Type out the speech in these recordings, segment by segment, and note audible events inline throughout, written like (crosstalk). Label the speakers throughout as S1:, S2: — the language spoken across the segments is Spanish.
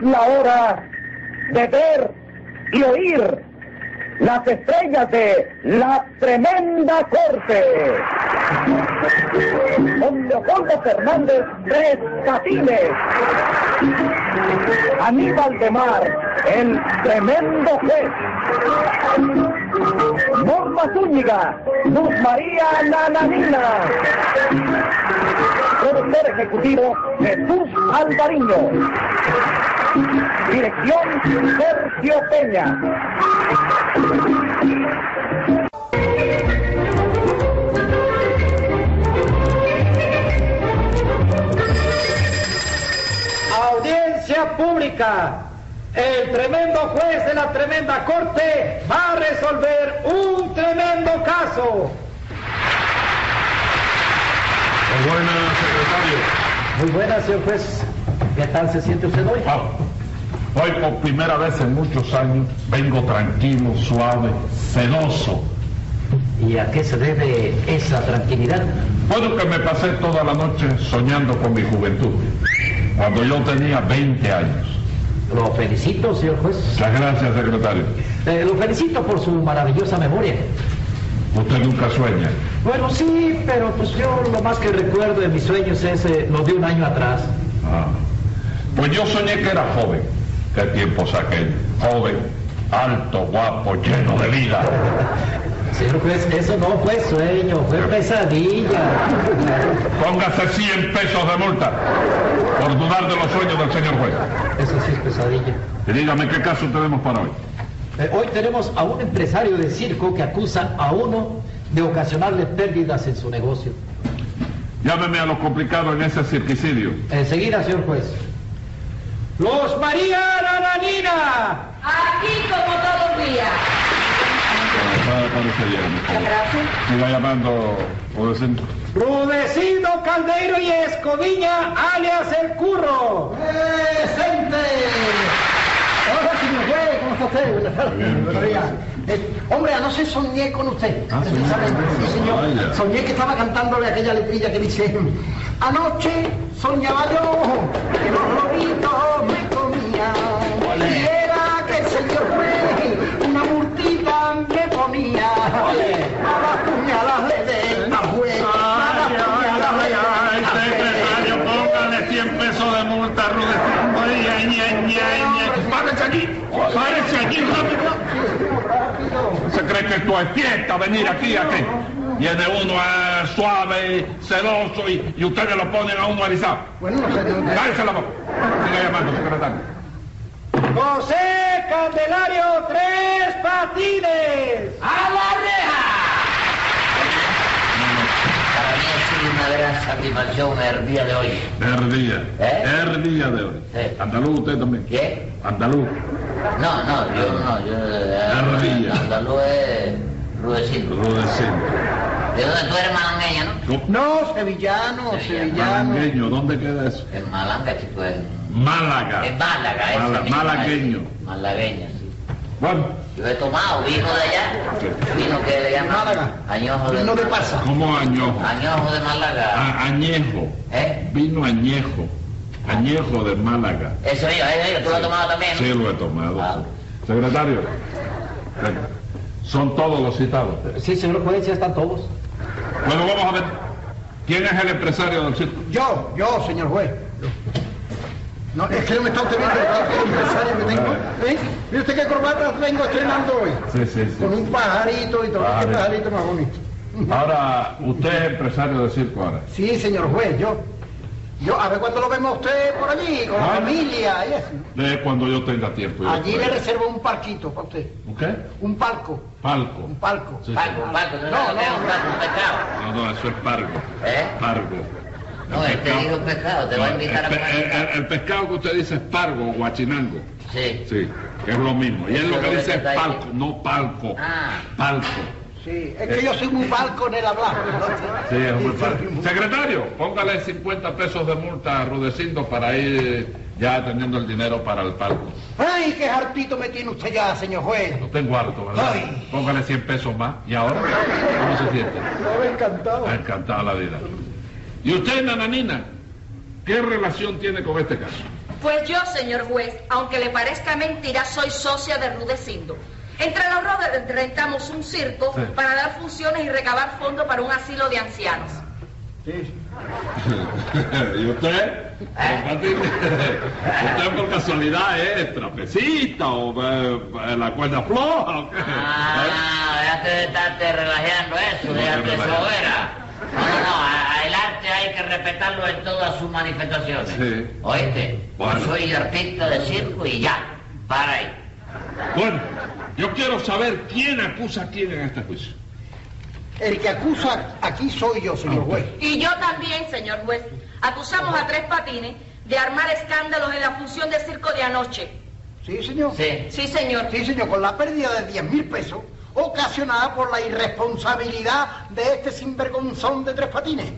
S1: la hora de ver y oír las estrellas de la tremenda corte. Con Leopoldo Fernández, tres catines. Aníbal de Mar, el tremendo juez. Norma Zúñiga, Luz María Nananina. Productor ejecutivo Jesús Alvariño. Dirección Sergio Peña.
S2: Audiencia pública. El tremendo juez de la tremenda corte va a resolver un tremendo caso.
S3: Muy buenas, secretario.
S2: Muy buenas, señor juez. ¿Qué tal se siente usted hoy?
S3: Ah, Hoy por primera vez en muchos años vengo tranquilo, suave, sedoso.
S2: ¿Y a qué se debe esa tranquilidad?
S3: Bueno, que me pasé toda la noche soñando con mi juventud, cuando yo tenía 20 años.
S2: Lo felicito, señor juez.
S3: Muchas gracias, secretario.
S2: Eh, lo felicito por su maravillosa memoria.
S3: Usted nunca sueña.
S2: Bueno, sí, pero pues yo lo más que recuerdo de mis sueños es eh, lo de un año atrás.
S3: Ah, Pues yo soñé que era joven. Qué tiempos aquel. Joven, alto, guapo, lleno de vida.
S2: Señor juez, eso no fue sueño, fue pesadilla.
S3: Póngase 100 pesos de multa por dudar de los sueños del señor juez.
S2: Eso sí es pesadilla.
S3: Y dígame qué caso tenemos para hoy.
S2: Eh, hoy tenemos a un empresario de circo que acusa a uno de ocasionarle pérdidas en su negocio.
S3: Llámeme a lo complicado en ese cirquicidio.
S2: Enseguida, señor juez. Los María Nananina.
S4: Aquí como todos los días.
S3: Me va llamando Odecen.
S2: Rudecindo Caldeiro y Escoviña, alias El Curro.
S5: ¡Presente! Hola, señor juez, ¿cómo está usted? Buenas tardes.
S3: Bien,
S5: Buenos días. Eh, hombre, anoche soñé con usted.
S3: Ah, soñó con
S5: Precisamente,
S3: usted.
S5: sí, señor.
S3: Vaya.
S5: Soñé que estaba cantándole aquella letrilla que dice, anoche soñaba yo que los lobitos me comían. Y era que el señor juez una multita me ponía. A las puñalas le dé al juez. A las puñadas le dé al juez.
S3: Secretario, póngale 100 pesos de multa, Rudecindo. Ay, ay, ay, ay, ay. ¡Párese aquí! ¡Párese aquí rápido! ¿Se cree que esto es fiesta venir aquí a qué? Viene uno ah, suave, celoso y, y ustedes lo ponen a uno avisado.
S5: Bueno, no sé, no-
S3: ¡Cállese la boca! Siga llamando, secretario.
S2: José Candelario Tres Patines.
S4: ¡A la reja!
S6: Para mí ha sido una gran satisfacción el día de hoy.
S3: Herdía.
S6: ¿Eh?
S3: Herdía de hoy.
S6: Sí.
S3: Er Andaluz usted también.
S6: ¿Qué?
S3: Andaluz.
S6: No, no, yo no, yo... eh,
S3: Ardilla.
S6: Andaluz es Rudecindo.
S3: Rudecindo.
S6: ¿De dónde tú eres malagueña, no?
S5: No, sevillano, sevillano.
S3: Malagueño, ¿dónde queda eso?
S6: En Malanga, que tú eres.
S3: Málaga.
S6: En Málaga, eso
S3: Mala-
S6: mismo,
S3: malagueño.
S6: ahí. Malagueña, sí.
S3: Bueno,
S6: Yo he tomado vino de allá. Vino que le llaman...
S5: Málaga.
S6: Añojo de...
S5: ¿No te pasa?
S3: ¿cómo añojo?
S6: Añojo de Málaga.
S3: A- añejo.
S6: ¿Eh?
S3: Vino añejo. Añejo de Málaga.
S6: Eso yo, eso yo. Tú lo has tomado también,
S3: Sí,
S6: ¿no?
S3: lo he tomado.
S6: Ah.
S3: sí. Secretario, venga. son todos los citados.
S2: Sí, señor juez, ya están todos.
S3: Bueno, vamos a ver. ¿Quién es el empresario del circo?
S5: Yo, yo, señor juez. No, es que no me está usted viendo el trabajo empresario que tengo. ¿eh? Mire usted qué corbatas vengo estrenando hoy.
S3: Sí, sí, sí.
S5: Con un pajarito y todo. ¿Qué
S3: Pajarito.
S5: pajarito más bonito?
S3: Ahora, usted es empresario del circo ahora.
S5: Sí, señor juez, yo. Yo, a ver cuándo lo vemos a usted por allí, con la
S3: Ah. Pues,
S5: familia. y así.
S3: De cuando yo tenga tiempo. yo
S5: Allí le
S3: estoy.
S5: reservo un parquito para usted.
S3: ¿Un ¿Qué?
S5: Un palco,
S3: Palco.
S5: un palco. Ah,
S3: Sí, sí.
S6: Paco, Paco, tú no,
S5: No,
S6: sabes lo que es
S5: no,
S6: un
S5: no.
S6: paco, un pescado.
S3: No, no, eso es pargo.
S6: ¿Eh?
S3: Pargo. El
S6: No, él te
S3: pescado-
S6: dijo pescado, te va a
S3: No, el
S6: invitar a
S3: pe- el,
S6: comer.
S3: el- el pescado que usted dice es pargo o guachinango.
S6: Sí.
S3: Sí, que es lo mismo. Y él
S6: Eso
S3: lo
S6: es
S3: que
S6: lo
S3: dice
S6: que
S3: es
S6: está ahí.
S3: palco, no palco.
S6: Ah.
S3: Palco.
S5: Sí, es que yo soy un palco en el hablar.
S3: (laughs)
S5: ¿no?
S3: Eh. Sí, es muy palco. Secretario, póngale 50 pesos de multa a Rudecindo para ir eh, ya teniendo el dinero para el palco.
S5: Ay, qué hartito me tiene usted ya, señor juez.
S3: Lo tengo harto, ¿verdad?
S5: Ay.
S3: Póngale 100 pesos más. ¿Y ahora? ¿Cómo se siente?
S5: Me encantado.
S3: Ha encantado la vida. ¿Y usted, Nananina, qué relación tiene con este caso?
S4: Pues yo, señor juez, aunque le parezca mentira, soy socia de Rudecindo. Entre los Rodas rentamos un circo
S3: Sí.
S4: para dar funciones y recabar fondos para un asilo de ancianos.
S3: (laughs) ¿Y (laughs) usted? ¿Usted por casualidad es trapecista o eh, la cuerda floja? o qué?
S6: Ah, déjate de estarte relajeando eso,
S3: No,
S6: déjate
S3: no,
S6: de
S3: no, no.
S6: sobera. No, no, no, a- a- el arte hay que respetarlo en todas sus manifestaciones.
S3: Sí.
S6: ¿Oíste?
S3: Bueno.
S6: Yo soy artista de circo y ya, para ahí.
S3: Bueno, yo quiero saber quién acusa a quién en este juicio.
S5: El que acusa aquí soy yo,
S3: Ah,
S5: señor juez.
S4: Y yo también, señor juez, acusamos a tres patines de armar escándalos en la función de circo de anoche.
S5: Sí, señor.
S6: Sí.
S4: Sí, señor.
S5: Sí, señor, con la pérdida de 10 mil pesos ocasionada por la irresponsabilidad de este sinvergonzón de tres patines.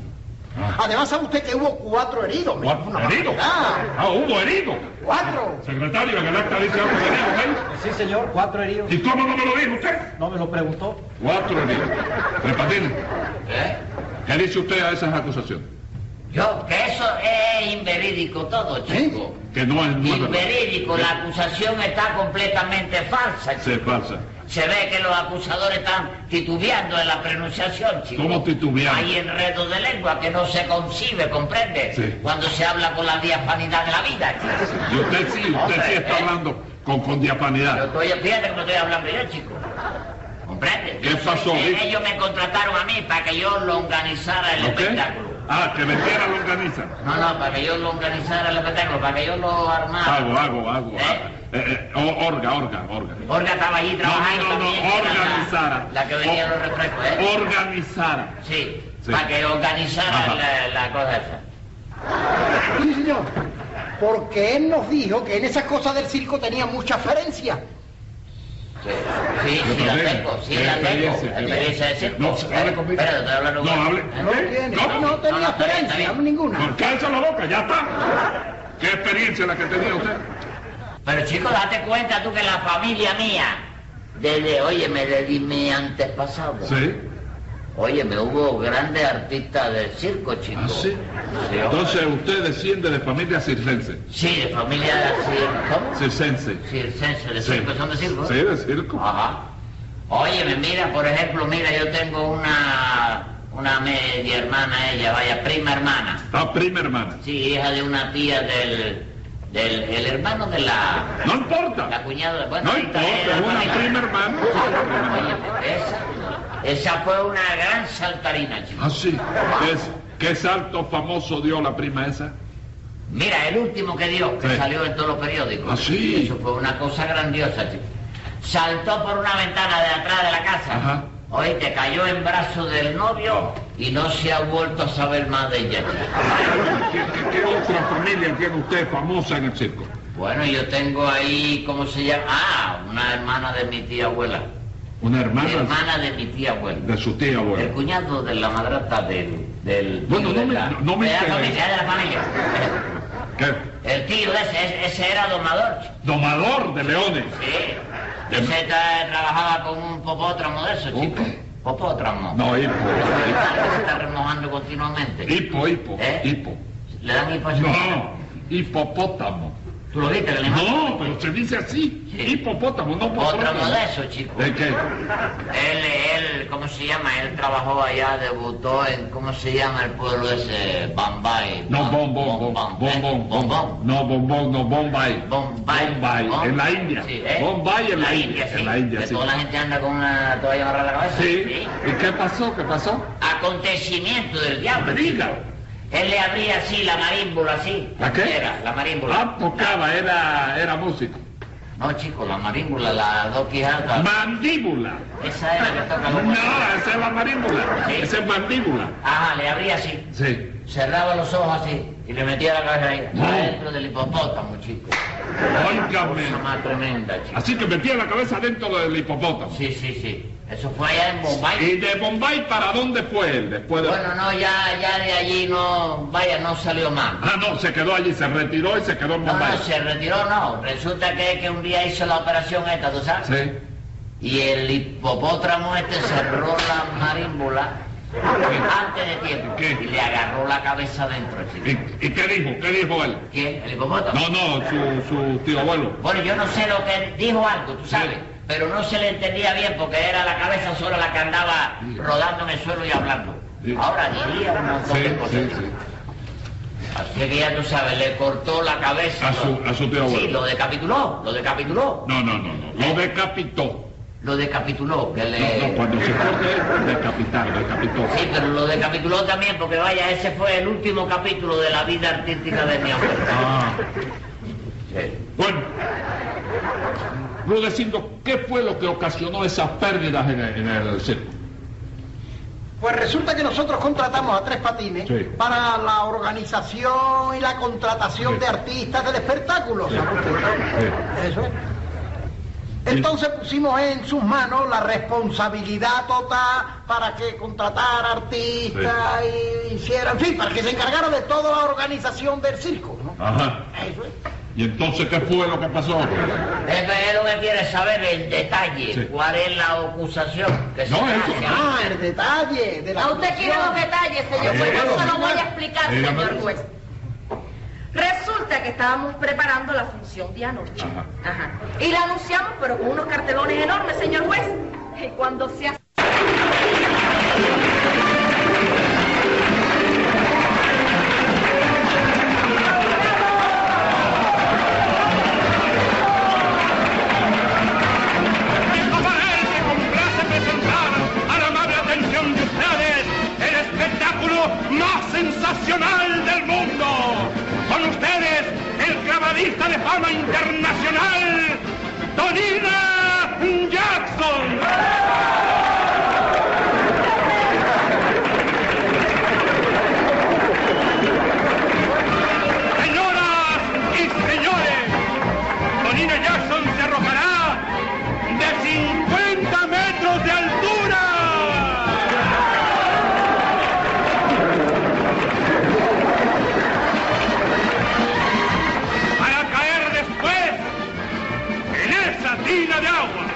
S5: Además, sabe usted que hubo cuatro heridos. mira,
S3: ¿Cuatro
S5: una
S3: heridos?
S5: barbaridad.
S3: Ah, hubo herido.
S5: ¡Cuatro!
S3: Secretario, en el acta dice algo de heridos,
S7: Sí, señor, cuatro heridos.
S3: ¿eh? ¿Y cómo no me lo dijo usted?
S7: No me lo preguntó.
S3: Cuatro heridos. Tres patines.
S6: ¿Eh?
S3: ¿Qué dice usted a esas acusaciones?
S6: Yo, que eso es inverídico todo, chico.
S3: Que no es... no es verdad.
S6: Inverídico, la acusación está completamente falsa,
S3: Se
S6: chico.
S3: falsa.
S6: Se ve que los acusadores están titubeando en la pronunciación, chico.
S3: ¿Cómo titubeando?
S6: Hay enredos de lengua que no se concibe, ¿comprende?
S3: Sí.
S6: Cuando se habla con la diafanidad de la vida, chico.
S3: Y usted sí, usted sí
S6: Hombre,
S3: está
S6: ¿eh?
S3: hablando con, con
S6: Yo
S3: diafanidad.
S6: estoy, fíjate que no estoy hablando yo, chico. ¿Comprende?
S3: ¿Qué
S6: Yo soy-
S3: pasó,
S6: eh,
S3: Vic?
S6: ellos me contrataron a mí para que yo lo organizara el
S3: ¿Ok?
S6: espectáculo.
S3: Ah, que metiera la organiza.
S6: No, no, para que yo lo organizara el espectáculo, para que yo lo armara.
S3: Hago, hago, hago. hago. Eh, eh, o- orga, orga, orga.
S6: Olga estaba allí trabajando.
S3: no, no,
S6: también, que era la-
S3: organizara.
S6: La, que venía
S3: O-
S6: los refrescos, ¿eh?
S3: Organizara.
S6: Sí,
S3: Sí.
S6: para que organizara
S3: Ajá.
S6: la, la cosa esa.
S5: Sí, señor. Porque él nos dijo que en esas cosas del circo tenía mucha ferencia.
S6: Sí, sí,
S3: Yo
S6: sí la
S3: también.
S6: tengo, sí
S3: Qué
S6: la tengo.
S3: experiencia, qué
S6: Experiencia de circo.
S3: No, hable conmigo.
S6: Espérate, estoy hablando
S3: No,
S6: con-
S3: hable.
S5: No,
S3: ¿Eh?
S5: tiene,
S3: No.
S5: no, tenía
S6: No, no, está bien, está
S5: ferencia,
S6: bien.
S5: ninguna.
S3: No, Cállense la boca, ya está. ¿Qué experiencia la que tenía usted?
S6: Pero chico, date cuenta tú que la familia mía, desde, óyeme, desde mi antepasado,
S3: Sí.
S6: óyeme, hubo grandes artistas del circo, chico.
S3: Ah, sí.
S6: Sí,
S3: Entonces usted desciende de familia circense.
S6: sí, de familia de circo. ¿Cómo?
S3: Circense.
S6: Circense, de
S3: Sí.
S6: circo, son de circo. Ah.
S3: Sí, de circo.
S6: Ajá. Óyeme, mira, por ejemplo, mira, yo tengo una, una media hermana ella, vaya, prima hermana.
S3: Ah, prima hermana.
S6: Sí, hija de una tía del, del el hermano de la,
S3: No importa.
S6: la cuñada. de- Bueno,
S3: No
S6: ahorita
S3: importa,
S6: era
S3: es una
S6: familia.
S3: prima hermana.
S6: Óyeme, esa, esa fue una gran saltarina, chico.
S3: Ah, sí. ¿Qué, es- qué salto famoso dio la prima esa?
S6: Mira, el último que dio, que
S3: Sí.
S6: salió en todos los periódicos.
S3: Ah, sí.
S6: Eso fue una cosa grandiosa, chico. Saltó por una ventana de atrás de la casa.
S3: Ajá.
S6: Oíste, cayó en brazos del novio y no se ha vuelto a saber más de ella. chico.
S3: ¿Qué, qué- qué otra familia tiene usted famosa en el circo?
S6: Bueno, yo tengo ahí, ¿cómo se llama? Ah, una hermana de mi tía abuela.
S3: Una hermana
S6: Hermana de mi tía abuela.
S3: de su tía
S6: El
S3: abuela.
S6: cuñado de la madrata del... del
S3: Bueno, no
S6: de
S3: me-
S6: la-
S3: no- no me
S6: de la
S3: interesa.
S6: familia, de la familia.
S3: ¿Qué?
S6: El tío ese, ese era domador, chico.
S3: Domador de leones.
S6: Sí. Ese tra- trabajaba con un popótramo de esos,
S3: ¿Un
S6: chico.
S3: qué?
S6: Popótramo.
S3: No,
S6: El
S3: hipo.
S6: que se está remojando continuamente.
S3: Hipo, hipo,
S6: ¿Eh?
S3: hipo.
S6: ¿Le dan hipo a ese
S3: Pues No,
S6: tipo?
S3: hipopótamo.
S6: ¿Tú lo viste que le
S3: No, pero se dice así.
S6: Sí.
S3: Hipopótamo, no
S6: Otro
S3: popótamo.
S6: de esos, chico.
S3: ¿De qué?
S6: Él, él, ¿cómo se llama? Él trabajó allá, debutó en, ¿cómo se llama el pueblo ese? Bombay.
S3: No,
S6: Bom-
S3: bombón,
S6: Bombón,
S3: bombón,
S6: ¿eh?
S3: bombón,
S6: Bombón.
S3: No, bombón, no, bombay.
S6: Bombay.
S3: Bombay,
S6: Bom-
S3: en la India.
S6: Sí, ¿eh?
S3: Bombay en la India,
S6: sí.
S3: en la India,
S6: Que
S3: sí.
S6: toda la gente anda con una toalla amarrada a la cabeza.
S3: Sí. ¿Y qué pasó? ¿Qué pasó?
S6: Acontecimiento del diablo.
S3: Diga.
S6: Él le abría así la marímbula, así.
S3: ¿La qué?
S6: Era, la marímbula.
S3: Ah, tocaba, era, era músico.
S6: No, chico, la marímbula, la dos quijadas.
S3: Mandíbula.
S6: esa era la que toca los
S3: No,
S6: guantes.
S3: esa es la marímbula.
S6: Sí.
S3: Esa es mandíbula.
S6: Ajá, le abría así.
S3: Sí.
S6: Cerraba los ojos así y le metía la cabeza ahí.
S3: No.
S6: Adentro del hipopótamo, chico.
S3: Óigame.
S6: Cosa más tremenda, chico.
S3: Así que metía la cabeza dentro del hipopótamo.
S6: Sí, sí, sí. Eso fue allá en
S3: ¿Y
S6: Bombay.
S3: de Bombay para dónde fue él? Después de...
S6: Bueno, no, ya, ya de allí no, vaya, no salió más.
S3: Ah, no, se quedó allí, se retiró y se quedó en
S6: No,
S3: Bombay.
S6: no, se retiró, no. Resulta que, que un día hizo la operación esta, ¿tú sabes?
S3: Sí.
S6: Y el hipopótamo este cerró la marímbula antes de tiempo.
S8: ¿Qué?
S6: Y le agarró la cabeza adentro,
S8: ¿Y,
S6: chico.
S8: y qué dijo? ¿Qué dijo él?
S6: ¿Quién? ¿El hipopoto?
S8: No, no, su, su tío abuelo.
S6: Bueno, yo no sé lo que él- dijo algo, tú sabes,
S8: Sí.
S6: pero no se le entendía bien porque era la cabeza sola la que andaba rodando en el suelo y hablando.
S8: Sí.
S6: Ahora diría un montón
S8: Sí,
S6: de cosas.
S8: sí, sí.
S6: Así que ya tú sabes, le cortó la cabeza.
S8: A su- a su tío abuelo.
S6: Sí, lo decapituló, lo decapituló,
S8: No, no, no, no. Lo decapitó.
S6: lo decapituló. Que
S8: No,
S6: le...
S8: no, cuando se corte es decapitar, decapitó.
S6: Sí, pero lo decapituló también porque vaya, ese fue el último capítulo de la vida artística de mi abuelo.
S8: (laughs) Ah,
S6: Sí.
S8: bueno. Rudecindo, ¿qué fue lo que ocasionó esas pérdidas en el, en el circo?
S5: Pues resulta que nosotros contratamos a Tres Patines
S8: Sí.
S5: para la organización y la contratación
S8: Sí.
S5: de artistas del espectáculo.
S8: Sí.
S5: ¿sabe usted? Eso es. Entonces pusimos en sus manos la responsabilidad total para que contratara artistas y hiciera, en fin, para que se encargara de toda la organización del circo. ¿no?
S8: Ajá.
S5: Eso es.
S8: ¿Y entonces qué fue lo que pasó?
S6: Es que es lo que quiere saber en detalle,
S8: Sí.
S6: cuál es la acusación que se
S8: No,
S6: hace.
S8: eso no.
S5: Ah, el detalle de la
S4: A usted quiere los
S5: organización.
S4: detalles, señor
S8: Sí,
S4: juez. Yo
S8: claro.
S4: se los voy a explicar,
S8: Sí, dígame.
S4: señor juez. Resulta que estábamos preparando la función de anoche.
S8: Ajá.
S4: Ajá. Y la anunciamos, pero con unos cartelones enormes, señor juez. Y cuando se hace...
S3: me complace presentar a la amable atención de ustedes el espectáculo más sensacional del mundo. Con ustedes, el clavadista de fama internacional, Donina Jackson. Señoras y señores, Donina Jackson se arrojará de 50 metros de altura. Para caer después en esa tina de agua.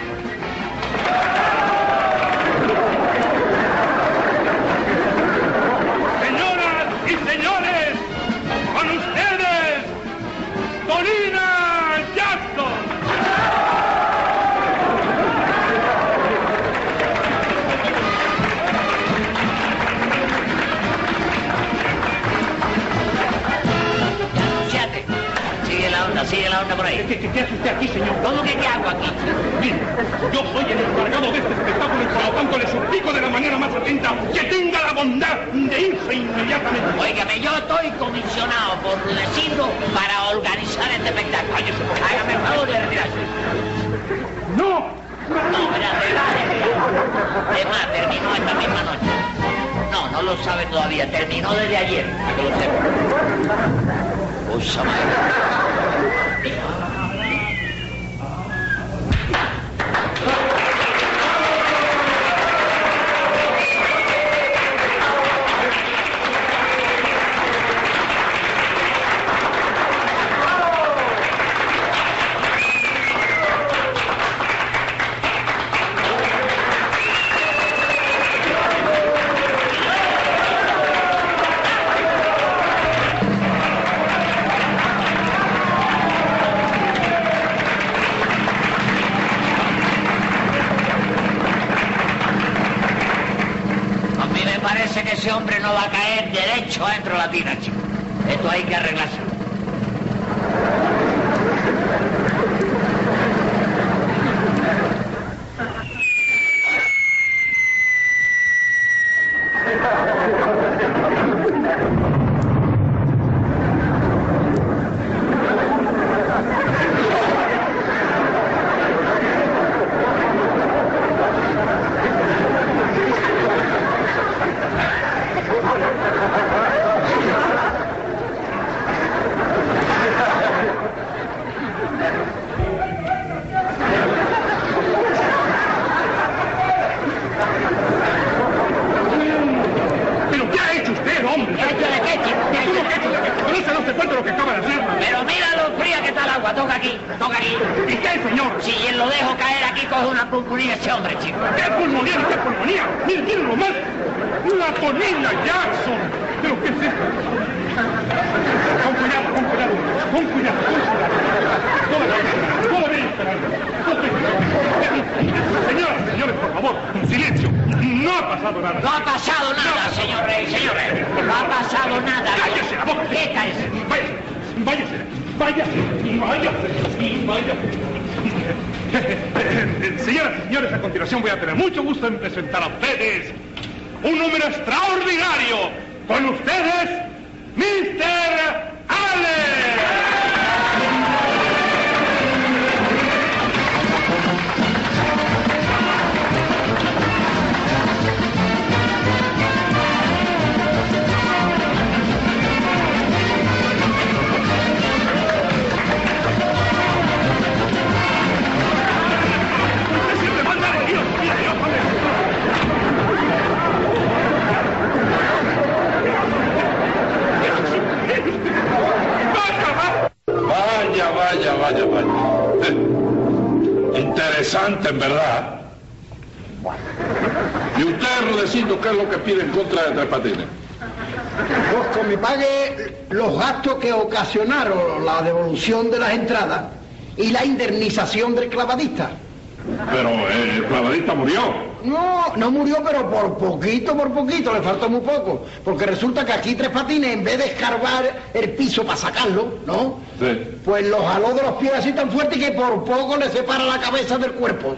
S3: Señoras y señores, con ustedes, Dolina Jackson.
S6: Fíjate. Ah, Sigue la onda, sigue la onda por ahí.
S3: ¿Qué, qué, qué hace usted aquí, señor?
S6: ¿Cómo que qué hago aquí?
S3: Mire, yo soy el encargado de este espectáculo y por lo tanto le suplico de la manera más atenta que tenga la bondad de irse inmediatamente.
S6: Óigame, yo estoy comisionado por Rudecindo para organizar este espectáculo. Hágame el favor de retirarse.
S3: ¡No!
S6: No, espérate, vale. Es más, terminó esta misma noche. No, no lo sabe todavía. Terminó desde ayer, para que lo sepa. Cosa mala. A mí me parece que ese hombre no va a caer derecho adentro de la tina, chico. Esto hay que arreglarse. agua, toca aquí, toca aquí.
S3: ¿Y qué, señor?
S6: Si lo dejo caer aquí, coge una pulmonía ese hombre, chico.
S3: ¿Qué pulmonía, qué pulmonía? Mire, tiene lo más. Una tonina Jackson. ¿Pero qué es esto? Con cuidado, con cuidado, con cuidado, con cuidado. No me esperando. Señores, señores, por favor, silencio. No ha pasado nada.
S6: No ha pasado nada,
S3: No.
S6: señor rey, señor rey. No ha pasado nada.
S3: Cállese la boca.
S6: Quítese.
S3: Váyase, váyase, váyase, váyase, váyase. Eh, (laughs) Señoras y señores, a continuación voy a tener mucho gusto en presentar a ustedes un número extraordinario. Con ustedes, Mr. Allen. Usted siempre manda a elegir, mira, yo, vale. Vaya, vaya.
S9: Vaya, vaya, vaya, vaya. Eh, Interesante, en verdad. Y usted, Rudecindo, ¿qué es lo que pide en contra de Tres Patines?
S5: Pues que me pague los gastos que ocasionaron la devolución de las entradas y la indemnización del clavadista.
S9: Pero eh, el clavadista murió.
S5: No, no murió, pero por poquito, por poquito, le faltó muy poco. Porque resulta que aquí Tres Patines, en vez de escarbar el piso para sacarlo, ¿no?
S9: Sí.
S5: Pues lo jaló de los pies así tan fuerte que por poco le separa la cabeza del cuerpo.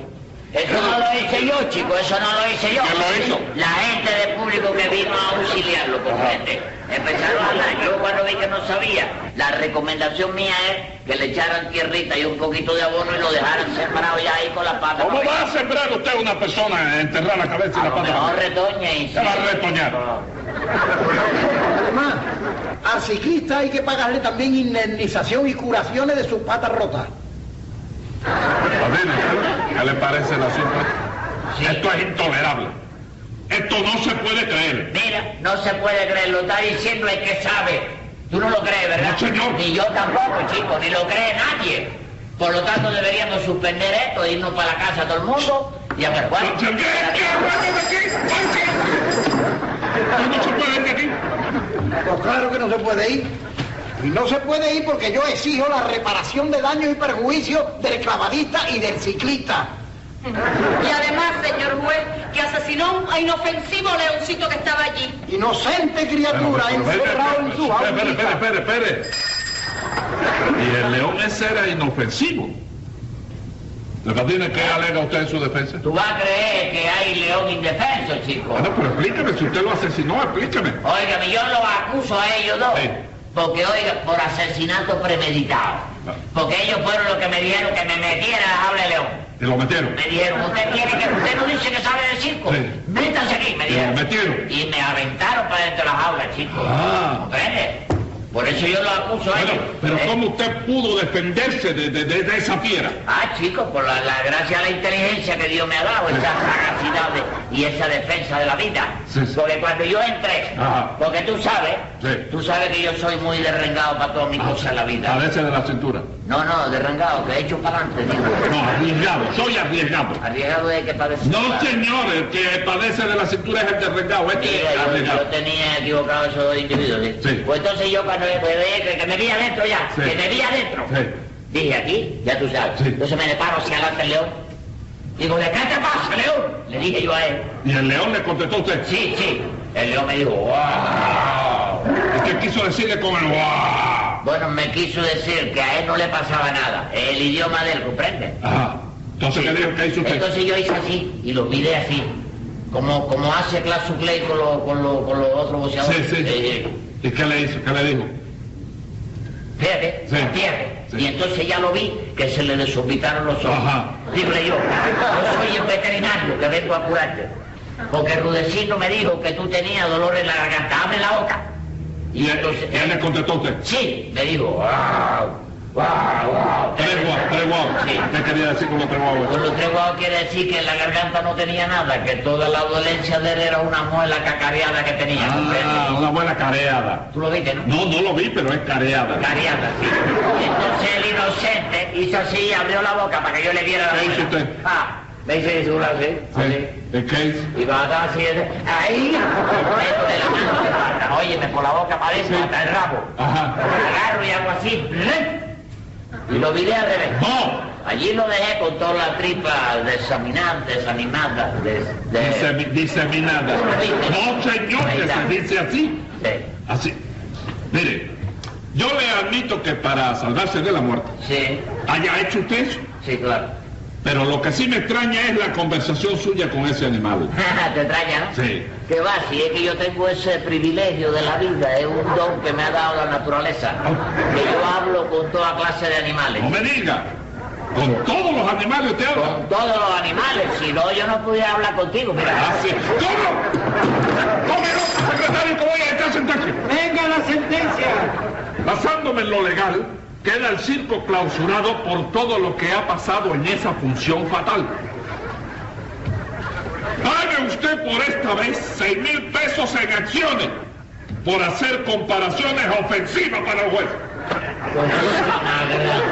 S6: Eso no lo hice yo, chico, eso no lo hice yo.
S9: ¿Quién lo hizo?
S6: La gente del público que vino a auxiliarlo, comprende. Empezaron a hablar. Yo cuando vi que no sabía, la recomendación mía es que le echaran tierrita y un poquito de abono y lo dejaran sembrado ya ahí con las patas.
S9: ¿Cómo va a sembrar usted una persona, enterrar la cabeza y
S6: A
S9: la
S6: lo
S9: pata?
S6: mejor retoña y...
S9: Se va a retoñar.
S5: Además, al ciclista hay que pagarle también indemnización y curaciones de sus patas rotas.
S9: Patines, ¿qué le parece el asunto?
S6: Sí.
S9: Esto es intolerable. Esto no se puede creer.
S6: Mira, no se puede creer, lo está diciendo el que sabe. Tú no lo crees, ¿verdad?
S9: No, señor.
S6: Ni yo tampoco, chico, ni lo cree nadie. Por lo tanto, deberíamos suspender esto, irnos para la casa todo el mundo y a ver cuándo.
S9: ¿Qué? ¿Qué? Esto no se puede ir de aquí.
S5: Pues claro que no se puede ir. Y no se puede ir porque yo exijo la reparación de daños y perjuicios del clavadista y del ciclista.
S4: Y además, señor juez, que asesinó a un a inofensivo leoncito que estaba allí.
S5: Inocente criatura encerrado en su
S9: Espere, espere,
S5: jaulita.
S9: espere, espere. Y el león ese era inofensivo. ¿De Patines, qué alega usted en su defensa?
S6: Tú vas a creer que hay león indefenso, chico.
S9: Bueno, pero explíqueme, si usted lo asesinó, explíqueme.
S6: Óigame, yo los acuso a ellos dos.
S9: Sí.
S6: Porque, oiga, por asesinato premeditado.
S9: Ah.
S6: Porque ellos fueron los que me dijeron que me metiera a la jaula de león.
S9: Y lo metieron.
S6: Me dijeron, usted tiene que, usted no dice que sabe de circo.
S9: Sí.
S6: Métase aquí, me
S9: Y
S6: dijeron.
S9: lo metieron.
S6: Y me aventaron para dentro de la jaula, chicos.
S9: Ah.
S6: ¿Comprende? Por eso yo lo acuso a
S9: Bueno,
S6: ellos.
S9: pero
S6: Eh,
S9: ¿cómo usted pudo defenderse de, de- de- de esa fiera?
S6: Ah, chicos, por la, la- gracias a la inteligencia que Dios me ha dado, esa sagacidad de- y esa defensa de la vida.
S9: Sí, sí.
S6: Porque cuando yo entré,
S9: Ajá.
S6: porque tú sabes,
S9: Sí. Ah,
S6: tú sabes que yo soy muy derrengado para todas mis cosas en la vida.
S9: Parece de la cintura.
S6: No, no, derrengado, que he hecho para adelante, digo.
S9: No, arriesgado, soy arriesgado.
S6: Arriesgado de que parece.
S9: No, señor, el que padece de la cintura es el derrengado, este
S6: Mira,
S9: es
S6: yo, yo
S9: arriesgado.
S6: tenía equivocado esos dos individuos. ¿sí?
S9: Sí.
S6: Pues entonces yo cuando me, que, que me vi adentro ya,
S9: Sí.
S6: que me vi adentro,
S9: Sí.
S6: dije aquí, ya tú sabes.
S9: Sí.
S6: Entonces me le paro hacia adelante el león. Digo, ¿de qué te pasa, león? Le dije yo a él.
S9: Y el león le contestó a usted.
S6: Sí, sí. El león me dijo, wow.
S9: ¿Y qué quiso decirle con el guau?
S6: Bueno, me quiso decir que a él no le pasaba nada. El idioma de él, ¿comprende?
S9: Ajá. Entonces, ¿qué dijo? ¿Qué hizo usted?
S6: Entonces yo hice así y lo miré así. Como, como hace Clash Clay con los con los- con los otros
S9: sí,
S6: boxeadores.
S9: sí.
S6: Le dije,
S9: ¿Y qué le hizo? ¿Qué le dijo?
S6: Fíjate,
S9: Sí.
S6: fíjate.
S9: Sí.
S6: Y entonces ya lo vi que se le desorbitaron los ojos.
S9: Ajá.
S6: Dile yo, yo soy el veterinario que vengo a curarte. Porque Rudecino me dijo que tú tenías dolor en la garganta. Abre la boca.
S9: Y él, y él le contestó a usted.
S6: Sí, me dijo, wow, wow, wow.
S9: Tres guau, tres guau.
S6: Sí.
S9: ¿Qué quería decir con los tres guau?
S6: Con los tres guau quiere decir que en la garganta no tenía nada, que toda la dolencia de él era una muela cacareada que tenía.
S9: Ah,
S6: ¿comprende?
S9: una buena careada.
S6: Tú lo viste, ¿no?
S9: No, no lo vi, pero es careada.
S6: Cacareada, sí. Entonces el hizo así y abrió la boca para que yo le viera la
S3: ¿Qué hizo
S6: boca.
S3: usted?
S6: Ah, me hice el celular así, así.
S3: ¿El case?
S6: Y va a dar así, ese- (laughs) ahí, de la mano que falta. Óyeme, por la boca parece hasta el rabo.
S3: Ajá.
S6: Agarro y hago así, ¡re! y lo miré al revés.
S3: ¡No!
S6: Allí lo dejé con toda la tripa desaminada, desanimada, des, de-
S3: Disemi- diseminada. No, señor, que se dice así.
S6: de-
S3: Así. Mire, yo le admito que para salvarse de la muerte
S6: sí,
S3: haya hecho usted eso,
S6: sí, claro. (laughs)
S3: pero lo que sí me extraña es la conversación suya con ese animal.
S6: Te extraña, ¿no?
S3: Sí.
S6: Que va, si es que yo tengo ese privilegio de la vida, es un don que me ha dado la naturaleza, que yo hablo con toda clase de animales.
S3: No me diga, con todos los animales usted habla.
S6: Con todos los animales, si no yo no pudiera hablar contigo, mira,
S3: Así
S6: así.
S3: es. ¿Cómo? ¿Cómo no, secretario, que voy a estar sentado?
S10: Venga la sentencia.
S3: Basándome en lo legal, queda el circo clausurado por todo lo que ha pasado en esa función fatal. Pague usted por esta vez seis mil pesos en acciones por hacer comparaciones ofensivas para el juez.
S6: Con todos los animales, ¿verdad?